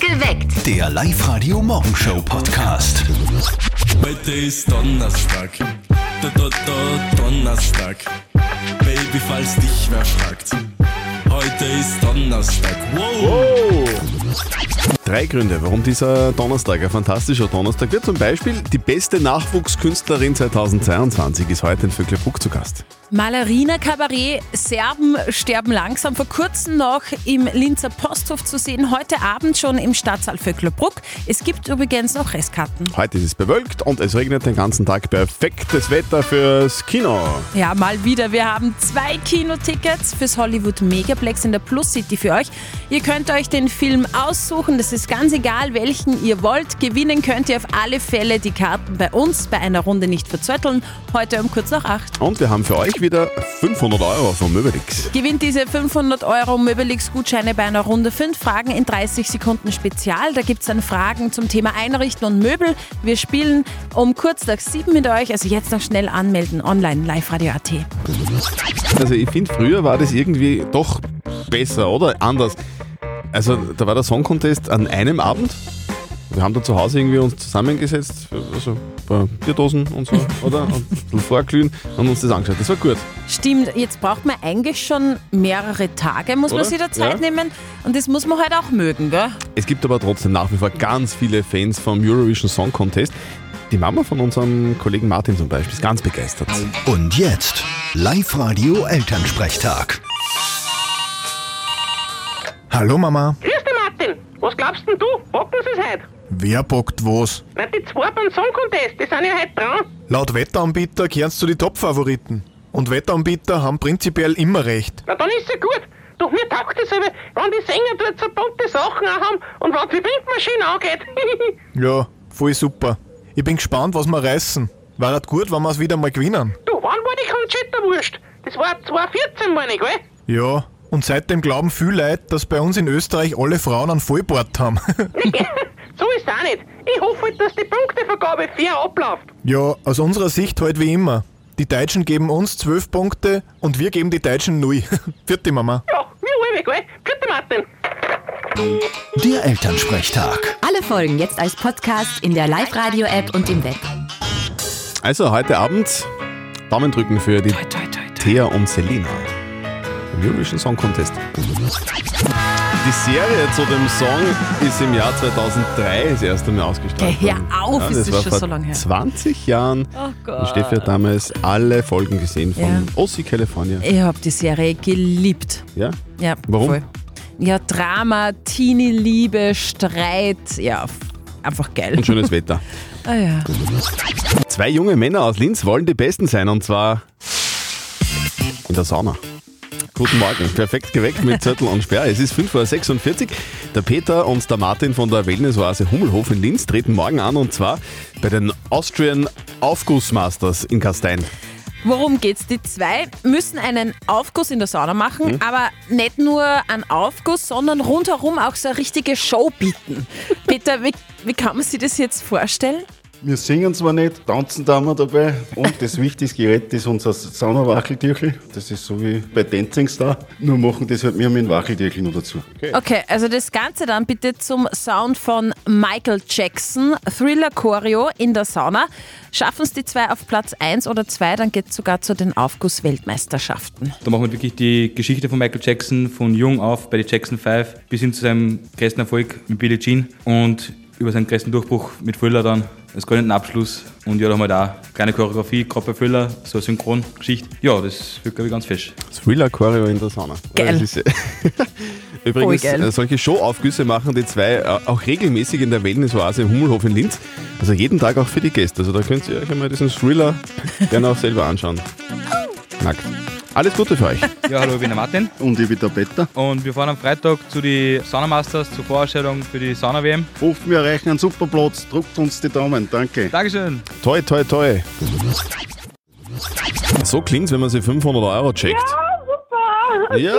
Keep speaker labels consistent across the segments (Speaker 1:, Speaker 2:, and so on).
Speaker 1: Geweckt.
Speaker 2: Der Live-Radio-Morgenshow-Podcast.
Speaker 3: Heute ist Donnerstag. Do, do, do, Donnerstag. Baby, falls dich wer fragt. Heute ist Donnerstag. Wow.
Speaker 4: Drei Gründe, warum dieser Donnerstag ein fantastischer Donnerstag wird. Zum Beispiel die beste Nachwuchskünstlerin 2022 ist heute in Vöcklerbruck zu Gast.
Speaker 5: Malerina Kabarett, Serben sterben langsam, vor kurzem noch im Linzer Posthof zu sehen, heute Abend schon im Stadtsaal Vöcklebruck. Es gibt übrigens noch Restkarten.
Speaker 4: Heute ist es bewölkt und es regnet den ganzen Tag. Perfektes Wetter fürs Kino.
Speaker 5: Ja, mal wieder. Wir haben zwei Kinotickets fürs Hollywood Megaplex in der Plus City für euch. Ihr könnt euch den Film aussuchen, das ist ganz egal, welchen ihr wollt. Gewinnen könnt ihr auf alle Fälle die Karten bei uns, bei einer Runde nicht verzötteln. Heute um kurz nach acht.
Speaker 4: Und wir haben für euch wieder 500 Euro von Möbelix.
Speaker 5: Gewinnt diese 500 Euro Möbelix-Gutscheine bei einer Runde 5 Fragen in 30 Sekunden Spezial. Da gibt es dann Fragen zum Thema Einrichten und Möbel. Wir spielen um kurz nach 7 mit euch. Also jetzt noch schnell anmelden. Online, live radio AT.
Speaker 4: Also ich finde, früher war das irgendwie doch besser oder anders. Also da war der Song Contest an einem Abend. Wir haben da zu Hause irgendwie uns zusammengesetzt, also ein paar Bierdosen und so, oder? Und ein bisschen vorglühen und uns das angeschaut. Das war gut.
Speaker 5: Stimmt, jetzt braucht man eigentlich schon mehrere Tage, muss
Speaker 4: Oder?
Speaker 5: man sich da Zeit
Speaker 4: Ja.
Speaker 5: nehmen. Und das muss man halt auch mögen, gell?
Speaker 4: Es gibt aber trotzdem nach wie vor ganz viele Fans vom Eurovision Song Contest. Die Mama von unserem Kollegen Martin zum Beispiel ist ganz begeistert.
Speaker 2: Und jetzt Live-Radio Elternsprechtag.
Speaker 6: Hallo Mama,
Speaker 7: Grüß dich, Martin. Was glaubst denn du? Packen sie es heute?
Speaker 6: wer bockt was?
Speaker 7: Na, die zwei beim Song Contest, die sind ja heute dran.
Speaker 6: Laut Wetteranbieter gehören zu den Top-Favoriten. Und Wetteranbieter haben prinzipiell immer recht.
Speaker 7: Na, dann ist ja gut. Doch mir taugt es aber, wenn die Sänger dort so bunte Sachen auch haben und wenn die Windmaschine angeht.
Speaker 6: Ja, voll super. Ich bin gespannt, was wir reißen. War das gut, wenn wir es wieder mal gewinnen?
Speaker 7: du, wann war die Conchita-Wurst? Das war 2014, meine ich, gell?
Speaker 6: Ja, und seitdem glauben viele Leute, dass bei uns in Österreich alle Frauen einen Vollbart haben.
Speaker 7: So ist es auch nicht. Ich hoffe, halt, dass die Punktevergabe fair abläuft.
Speaker 6: ja, aus unserer Sicht halt wie immer. Die Deutschen geben uns 12 Punkte und wir geben die Deutschen 0. Vierte Mama.
Speaker 7: Ja, wie alle, gell? Grüß dich, Martin.
Speaker 2: Der Elternsprechtag.
Speaker 8: Alle Folgen jetzt als Podcast in der Live-Radio-App und im Web.
Speaker 4: Also heute Abend Daumen drücken für die
Speaker 5: Toi, toi, toi, toi.
Speaker 4: Thea und Selina im Eurovision Song Contest. Die Serie zu dem Song ist im Jahr 2003 das erste Mal ausgestrahlt
Speaker 5: Hey, hör
Speaker 4: worden.
Speaker 5: auf, ist das
Speaker 4: war
Speaker 5: schon
Speaker 4: vor
Speaker 5: so lang her.
Speaker 4: 20 Jahren.
Speaker 5: Oh Gott.
Speaker 4: Und Steffi hat damals alle Folgen gesehen von
Speaker 5: Ja.
Speaker 4: Ossi California.
Speaker 5: Ich habe die Serie geliebt.
Speaker 4: Ja?
Speaker 5: Ja,
Speaker 4: Warum?
Speaker 5: Voll. Ja, Drama, Teenie-Liebe, Streit. Ja, f- einfach geil.
Speaker 4: Und schönes Wetter.
Speaker 5: Ah, ja.
Speaker 4: Zwei junge Männer aus Linz wollen die Besten sein und zwar in der Sauna. Guten Morgen, perfekt geweckt mit Zettel und Sperr. Es ist 5.46 Uhr. Der Peter und der Martin von der Wellnessoase Hummelhof in Linz treten morgen an und zwar bei den Austrian Aufgussmasters in Kastein.
Speaker 5: Worum geht's? Die zwei müssen einen Aufguss in der Sauna machen,
Speaker 4: Mhm.
Speaker 5: aber nicht nur einen Aufguss, sondern rundherum auch so eine richtige Show bieten. Peter, wie, wie kann man sich das jetzt vorstellen?
Speaker 9: Wir singen zwar nicht, tanzen da wir dabei und das wichtigste Gerät ist unser Saunawacheltüchel. Das ist so wie bei Dancing Star, nur machen das halt wir mit dem Wacheltüchel noch dazu.
Speaker 5: Okay, also das Ganze dann bitte zum Sound von Michael Jackson, Thriller Choreo in der Sauna. Schaffen es die zwei auf Platz 1 oder 2, dann geht's sogar zu den Aufguss-Weltmeisterschaften.
Speaker 10: Da machen wir wirklich die Geschichte von Michael Jackson von jung auf bei den Jackson 5 bis hin zu seinem größten Erfolg mit Billie Jean und über seinen größten Durchbruch mit Thriller dann, das goldenen Abschluss und ja, da haben wir da eine kleine Choreografie, gerade bei Thriller, so eine Synchrongeschichte. Ja, das wird, glaube ich, ganz fest.
Speaker 4: Thriller Choreo in der Sauna.
Speaker 5: Geil.
Speaker 4: Das ist- Übrigens,
Speaker 5: Voll geil.
Speaker 4: äh, solche Showaufgüsse machen die zwei äh, auch regelmäßig in der Wellnessoase im Hummelhof in Linz. Also jeden Tag auch für die Gäste. Also da könnt ihr euch einmal diesen Thriller gerne auch selber anschauen. Nackt. Alles Gute für euch.
Speaker 10: Ja, hallo, ich bin der Martin
Speaker 9: Und ich bin der Peter.
Speaker 10: und wir fahren am Freitag zu den Sauna Masters zur Vorstellung für die Sauna WM.
Speaker 9: Hofft, wir erreichen einen super Platz. Drückt uns die Daumen. Danke.
Speaker 10: Dankeschön!
Speaker 4: Toi, toi, toi. So klingt's, wenn man sie 500 Euro checkt.
Speaker 7: super.
Speaker 4: Ja,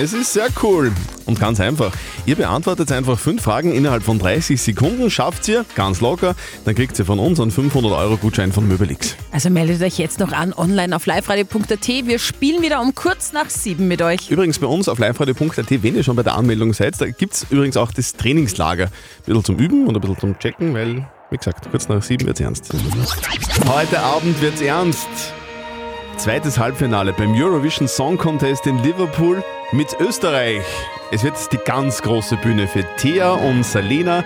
Speaker 4: es ist sehr cool und ganz einfach. Ihr beantwortet einfach fünf Fragen innerhalb von 30 Sekunden. Schafft ihr ganz locker, dann kriegt ihr von uns einen 500 Euro Gutschein von Möbelix.
Speaker 5: Also meldet euch jetzt noch an online auf liveradio.at. Wir spielen wieder um kurz nach sieben mit euch.
Speaker 4: Übrigens bei uns auf liveradio.at, wenn ihr schon bei der Anmeldung seid, da gibt es übrigens auch das Trainingslager. Ein bisschen zum Üben und ein bisschen zum Checken, weil, wie gesagt, kurz nach sieben wird's ernst. Heute Abend wird's ernst. Zweites Halbfinale beim Eurovision Song Contest in Liverpool mit Österreich. Es wird die ganz große Bühne für Thea und Salena.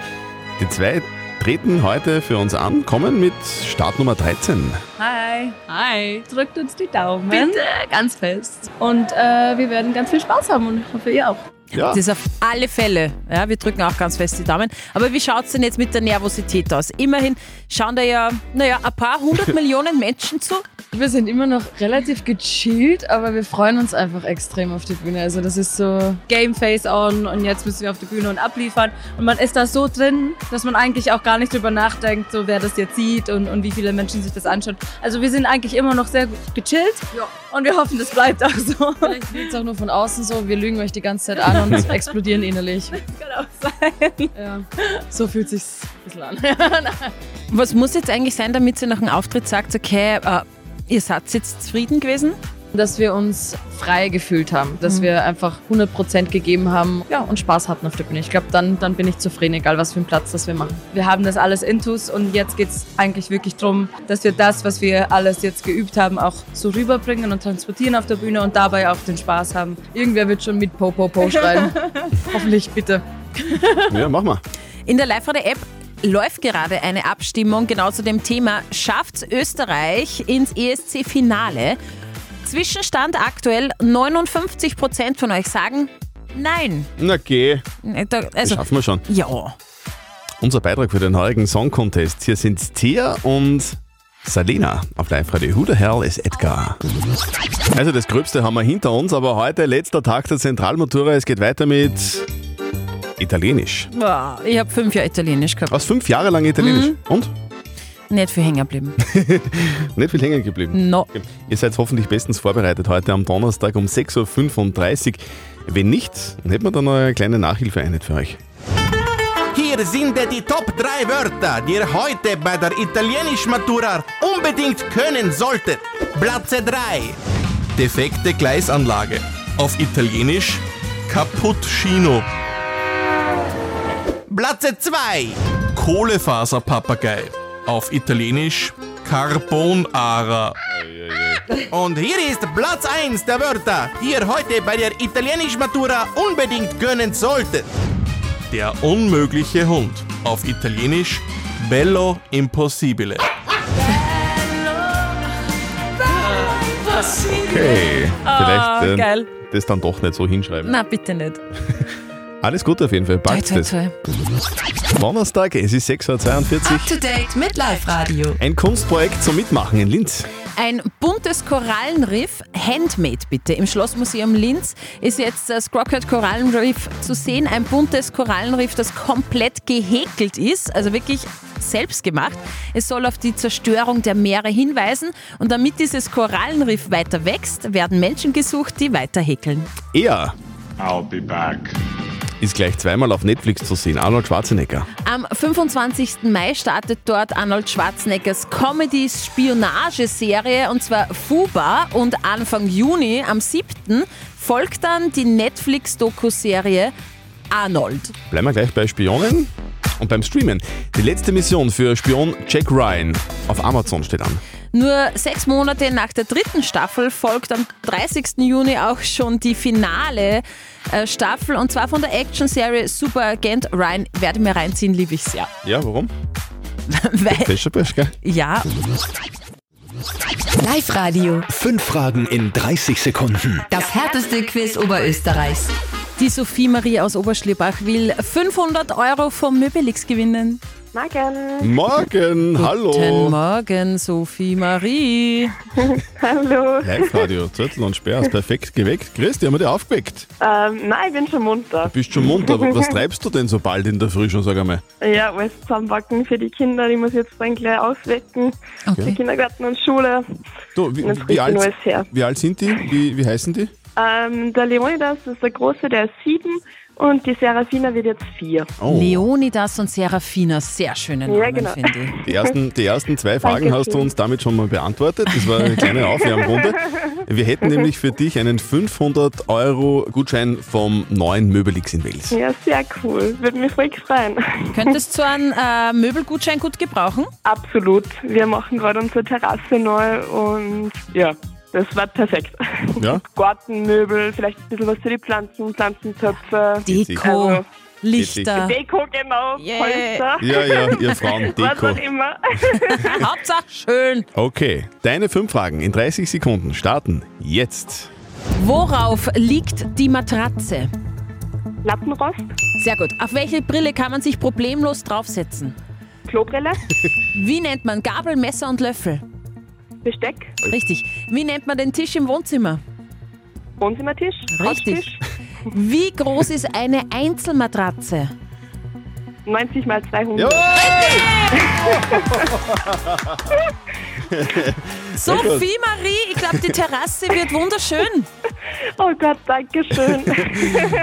Speaker 4: Die zwei treten heute für uns an, kommen mit Startnummer 13.
Speaker 1: Hi. Hi. Drückt uns die Daumen. Bitte, ganz fest. Und äh, wir werden ganz viel Spaß haben und ich hoffe, ihr auch.
Speaker 4: Ja.
Speaker 5: Das ist auf alle Fälle. Ja, wir drücken auch ganz fest die Daumen. Aber wie schaut es denn jetzt mit der Nervosität aus? Immerhin schauen da ja, naja, ein paar hundert Millionen Menschen zu.
Speaker 1: Wir sind immer noch relativ gechillt, aber wir freuen uns einfach extrem auf die Bühne. Also das ist so Game Face on und jetzt müssen wir auf die Bühne und abliefern. Und man ist da so drin, dass man eigentlich auch gar nicht drüber nachdenkt, so wer das jetzt sieht und, und wie viele Menschen sich das anschauen. Also wir sind eigentlich immer noch sehr gechillt und wir hoffen, das bleibt auch so. Vielleicht liegt es auch nur von außen so. Wir lügen euch die ganze Zeit an und explodieren innerlich. Das kann auch sein. Ja. So fühlt sich's ein bisschen an.
Speaker 5: Was muss jetzt eigentlich sein, damit sie nach dem Auftritt sagt, okay, äh, ihr seid jetzt zufrieden gewesen?
Speaker 1: dass wir uns frei gefühlt haben, dass wir einfach 100% gegeben haben ja, und Spaß hatten auf der Bühne. Ich glaube, dann, dann bin ich zufrieden, egal was für einen Platz das wir machen. Wir haben das alles intus und jetzt geht es eigentlich wirklich darum, dass wir das, was wir alles jetzt geübt haben, auch so rüberbringen und transportieren auf der Bühne und dabei auch den Spaß haben. Irgendwer wird schon mit Po Po Po schreiben. Hoffentlich, bitte.
Speaker 4: Ja, mach mal.
Speaker 5: In der Live-Radio-App läuft gerade eine Abstimmung genau zu dem Thema. Schafft Österreich ins ESC-Finale? Zwischenstand aktuell 59 Prozent von euch sagen nein.
Speaker 4: Na geh,
Speaker 5: Da-
Speaker 4: das
Speaker 5: Also,
Speaker 4: schaffen wir schon.
Speaker 5: ja.
Speaker 4: Unser Beitrag für den heutigen Song Contest. Hier sind Thea und Salena auf live radio Who the hell is Edgar? Also das Gröbste haben wir hinter uns, aber heute letzter Tag der Zentralmatura. Es geht weiter mit Italienisch.
Speaker 5: Boah, Ich habe fünf Jahre Italienisch gehabt.
Speaker 4: Was fünf Jahre lang Italienisch
Speaker 5: Mhm.
Speaker 4: und
Speaker 5: Nicht viel hängen geblieben.
Speaker 4: nicht viel hängen geblieben.
Speaker 5: No.
Speaker 4: Ihr seid hoffentlich bestens vorbereitet heute am Donnerstag um 6.35 Uhr. Wenn nicht, dann hätten wir dann noch eine kleine Nachhilfeeinheit für euch.
Speaker 11: Hier sind die Top 3 Wörter, die ihr heute bei der Italienisch-Matura unbedingt können solltet. Platz 3. Defekte Gleisanlage. Auf Italienisch Cappuccino. Platz 2. Kohlefaserpapagei. Auf Italienisch Carbonara. Und hier ist Platz 1 der Wörter, die ihr heute bei der Italienisch-Matura unbedingt können solltet. Der unmögliche Hund. Auf Italienisch Bello Impossibile.
Speaker 4: Okay, vielleicht äh,
Speaker 5: Ah, geil.
Speaker 4: das dann doch nicht so hinschreiben.
Speaker 5: Na, bitte nicht.
Speaker 4: Alles Gute auf jeden Fall,
Speaker 5: Toi,
Speaker 4: packt
Speaker 5: toi,
Speaker 4: es.
Speaker 5: toi.
Speaker 4: Donnerstag, es ist 6.42 Uhr.
Speaker 8: Up to date mit Live Radio.
Speaker 4: Ein Kunstprojekt zum Mitmachen in Linz.
Speaker 5: Ein buntes Korallenriff, handmade bitte, im Schlossmuseum Linz ist jetzt das Crockett Korallenriff zu sehen. Ein buntes Korallenriff, das komplett gehäkelt ist, also wirklich selbst gemacht. Es soll auf die Zerstörung der Meere hinweisen und damit dieses Korallenriff weiter wächst, werden Menschen gesucht, die weiter häkeln.
Speaker 4: Er
Speaker 3: I'll be back.
Speaker 4: ist gleich zweimal auf Netflix zu sehen. Arnold Schwarzenegger.
Speaker 5: Am 25. Mai startet dort Arnold Schwarzeneggers Comedy-Spionageserie und zwar Fuba und Anfang Juni am 7. folgt dann die Netflix-Doku-Serie Arnold.
Speaker 4: Bleiben wir gleich bei Spionen und beim Streamen. Die letzte Mission für Spion Jack Ryan auf Amazon steht an.
Speaker 5: Nur sechs Monate nach der dritten Staffel folgt am 30. Juni auch schon die finale äh, Staffel und zwar von der Action-Serie Superagent Ryan. Werde mir reinziehen, liebe ich sehr.
Speaker 4: Ja, warum?
Speaker 5: Weil,
Speaker 4: Fischerbusch, gell?
Speaker 5: ja,
Speaker 8: Live Radio.
Speaker 2: Fünf Fragen in 30 Sekunden.
Speaker 8: Das härteste Quiz Oberösterreichs.
Speaker 5: Die Sophie Marie aus Oberschlierbach will 500 Euro vom Möbelix gewinnen.
Speaker 1: Morgen.
Speaker 4: Morgen,
Speaker 5: Guten
Speaker 4: hallo.
Speaker 5: Morgen, Sophie Marie.
Speaker 1: Hallo.
Speaker 4: Live-Radio, Zettel und Sperr, hast perfekt geweckt. Chris, die haben wir dich aufgeweckt.
Speaker 1: Ähm, nein, ich bin schon munter.
Speaker 4: Bist schon munter, aber was treibst du denn so bald in der Früh schon, sag einmal?
Speaker 1: Ja, alles zusammenbacken für die Kinder. Die muss ich jetzt dann gleich auswecken.
Speaker 5: Okay.
Speaker 1: Kindergarten und Schule.
Speaker 4: Du, wie,
Speaker 1: Jetzt riecht
Speaker 4: wie,
Speaker 1: ein
Speaker 4: alt,
Speaker 1: neues her.
Speaker 4: wie alt sind die? Wie, wie heißen die?
Speaker 1: Ähm, der Leonidas ist der Große, der ist sieben und die Serafina wird jetzt vier.
Speaker 5: Leonidas und Serafina, sehr schöne Namen,
Speaker 1: Ja, genau.
Speaker 5: finde ich.
Speaker 4: Die ersten, die ersten zwei Fragen
Speaker 5: Dankeschön.
Speaker 4: hast du uns damit schon mal beantwortet. Das war eine kleine Aufwärmrunde. Wir hätten nämlich für dich einen 500 Euro Gutschein vom neuen Möbelix in Wales.
Speaker 1: Ja, sehr cool. Würde mich voll freuen.
Speaker 5: Könntest du einen äh, Möbelgutschein gut gebrauchen?
Speaker 1: Absolut. Wir machen gerade unsere Terrasse neu und ja, das war perfekt.
Speaker 4: Ja?
Speaker 1: Gartenmöbel, vielleicht ein bisschen was für die Pflanzen, Pflanzentöpfe.
Speaker 4: Deko,
Speaker 1: Also,
Speaker 4: Lichter.
Speaker 1: Deko, genau. Polster.
Speaker 4: Ja, ja, ihr Frauen,
Speaker 1: Was auch
Speaker 4: Deko.
Speaker 1: immer.
Speaker 5: Hauptsache schön.
Speaker 4: Okay, deine fünf Fragen in 30 Sekunden starten jetzt.
Speaker 5: Worauf liegt die Matratze?
Speaker 1: Lattenrost.
Speaker 5: Sehr gut. Auf welche Brille kann man sich problemlos draufsetzen?
Speaker 1: Klobrille.
Speaker 5: Wie nennt man Gabel, Messer und Löffel?
Speaker 1: Besteck.
Speaker 5: Richtig. Wie nennt man den Tisch im Wohnzimmer?
Speaker 1: Wohnzimmertisch.
Speaker 5: Richtig. Wie groß ist eine Einzelmatratze?
Speaker 1: 90 mal 200.
Speaker 5: Sophie Marie, ich glaube, die Terrasse wird wunderschön.
Speaker 1: Oh Gott, danke schön.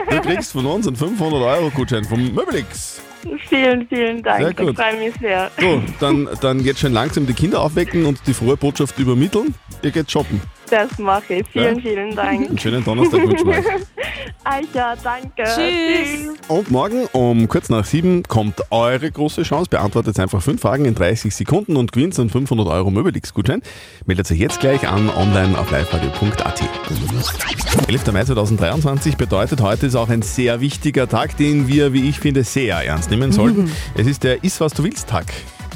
Speaker 4: Du kriegst von uns einen 500 Euro Gutschein vom Möbelix.
Speaker 1: vielen, vielen Dank.
Speaker 4: Sehr gut.
Speaker 1: Ich freue mich sehr.
Speaker 4: So, dann, dann jetzt schon langsam die Kinder aufwecken und die frohe Botschaft übermitteln. Ihr geht shoppen.
Speaker 1: Das mache ich. Vielen,
Speaker 4: Ja.
Speaker 1: vielen Dank.
Speaker 4: Einen schönen Donnerstag wünschen wir euch.
Speaker 1: Ah ja, danke.
Speaker 5: Tschüss.
Speaker 4: Und morgen um kurz nach sieben kommt eure große Chance. Beantwortet einfach fünf Fragen in 30 Sekunden und gewinnt einen 500 Euro Möbelix-Gutschein. Meldet euch jetzt gleich an online auf liveradio.at. 11. Mai 2023 bedeutet, heute ist auch ein sehr wichtiger Tag, den wir, wie ich finde, sehr ernst nehmen sollten.
Speaker 5: Mhm.
Speaker 4: Es ist der Is was du willst Tag.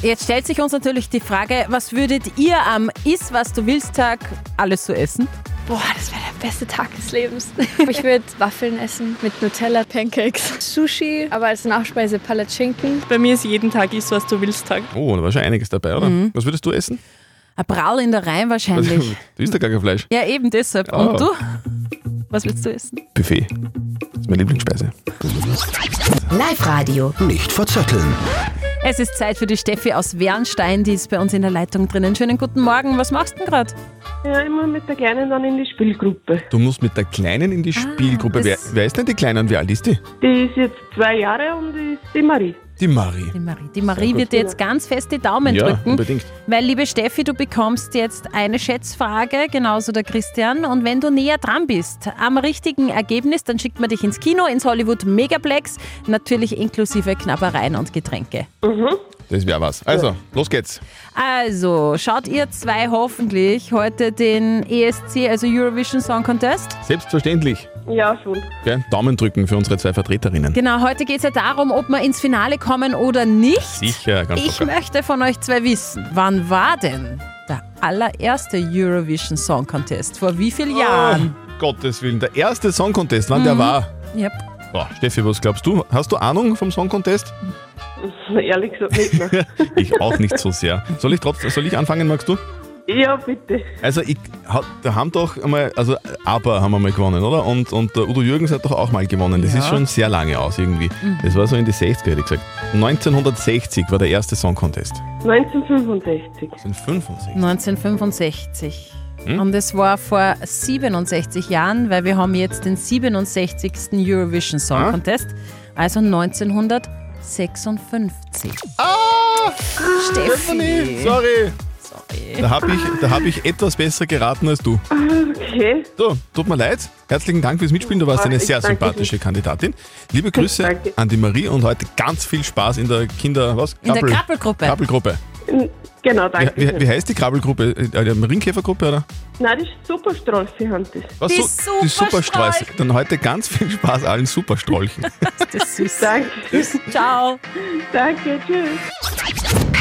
Speaker 5: Jetzt stellt sich uns natürlich die Frage, was würdet ihr am Iss, was du willst Tag alles so essen?
Speaker 10: Boah, das wäre der beste Tag des Lebens. ich würde Waffeln essen mit Nutella, Pancakes, Sushi, aber als Nachspeise Palatschinken. Bei mir ist jeden Tag isst, was du willst Tag.
Speaker 4: Oh, da war schon einiges dabei, oder?
Speaker 5: Mhm.
Speaker 4: Was würdest du essen?
Speaker 5: Ein Brall in der Rhein wahrscheinlich.
Speaker 4: Du isst ja gar kein Fleisch.
Speaker 5: Ja, eben deshalb.
Speaker 4: Oh.
Speaker 5: Und du? Was willst du essen?
Speaker 4: Buffet. Das ist meine Lieblingsspeise.
Speaker 8: Live-Radio.
Speaker 6: Nicht verzetteln.
Speaker 5: Es ist Zeit für die Steffi aus Wernstein, die ist bei uns in der Leitung drinnen. Schönen guten Morgen, was machst du denn gerade?
Speaker 1: Ja, immer mit der Kleinen dann in die Spielgruppe.
Speaker 4: Du musst mit der Kleinen in die
Speaker 5: Ah,
Speaker 4: Spielgruppe. Wer, wer ist denn die Kleine und wie alt ist die?
Speaker 1: Die ist jetzt zwei Jahre und die ist die Marie.
Speaker 4: Die Marie.
Speaker 5: Die Marie, die Marie
Speaker 4: gut.
Speaker 5: wird dir jetzt ganz fest die Daumen
Speaker 4: ja,
Speaker 5: drücken.
Speaker 4: unbedingt.
Speaker 5: Weil, liebe Steffi, du bekommst jetzt eine Schätzfrage, genauso der Christian. Und wenn du näher dran bist am richtigen Ergebnis, dann schickt man dich ins Kino, ins Hollywood Megaplex, natürlich inklusive Knabbereien und Getränke.
Speaker 4: Das wäre was. Also, los geht's.
Speaker 5: Also, schaut ihr zwei hoffentlich heute den ESC, also Eurovision Song Contest?
Speaker 4: Selbstverständlich.
Speaker 1: Ja, schon.
Speaker 4: Gell? Daumen drücken für unsere zwei Vertreterinnen.
Speaker 5: Genau, heute geht es ja darum, ob wir ins Finale kommen oder nicht.
Speaker 4: Sicher, ganz
Speaker 5: Ich
Speaker 4: locker.
Speaker 5: möchte von euch zwei wissen, wann war denn der allererste Eurovision Song Contest? Vor wie vielen Jahren?
Speaker 4: Oh, Gottes Willen, der erste Song Contest, wann der
Speaker 5: Mhm.
Speaker 4: war?
Speaker 5: Yep.
Speaker 4: Boah, Steffi, was glaubst du? Hast du Ahnung vom Song Contest?
Speaker 1: Ehrlich gesagt nicht mehr.
Speaker 4: Ich auch nicht so sehr. Soll ich trotzdem, soll ich anfangen, magst du?
Speaker 1: ja, bitte.
Speaker 4: Also, ich, ha- da haben doch einmal, also Aber haben wir mal gewonnen, oder? Und, und der Udo Jürgens hat doch auch mal gewonnen. Das
Speaker 5: Ja.
Speaker 4: ist schon sehr lange aus irgendwie.
Speaker 5: Mhm.
Speaker 4: Das war so in die 60er, hätte ich gesagt. 1960 war der erste Song Contest.
Speaker 1: 1965.
Speaker 4: Das sind 65.
Speaker 5: 1965.
Speaker 4: Hm?
Speaker 5: Und es war vor 67 Jahren, weil wir haben jetzt den 67. Eurovision Song
Speaker 4: Ah.
Speaker 5: Contest, also 1956.
Speaker 4: Ah!
Speaker 5: Steffi.
Speaker 4: Sorry. Da habe ich, da hab ich etwas besser geraten als du.
Speaker 1: Okay.
Speaker 4: So, tut mir leid. Herzlichen Dank fürs Mitspielen. Du warst
Speaker 1: Ah,
Speaker 4: eine
Speaker 1: ich
Speaker 4: sehr
Speaker 1: danke
Speaker 4: sympathische Kandidatin. Liebe Grüße
Speaker 1: Danke.
Speaker 4: an die Marie und heute ganz viel Spaß in der Kinder... Was?
Speaker 5: In der Krabbelgruppe.
Speaker 4: Krabbelgruppe.
Speaker 1: Genau,
Speaker 4: Wie,
Speaker 1: danke.
Speaker 4: wie, wie heißt die Krabbelgruppe? Äh, Die Marienkäfergruppe, oder?
Speaker 1: Nein, das ist Superstrolche, Hand das.
Speaker 4: Was, so- die Supersträuße. Dann heute ganz viel Spaß allen Superstrolchen.
Speaker 5: Das ist
Speaker 1: Danke.
Speaker 5: Ciao.
Speaker 1: Danke, tschüss.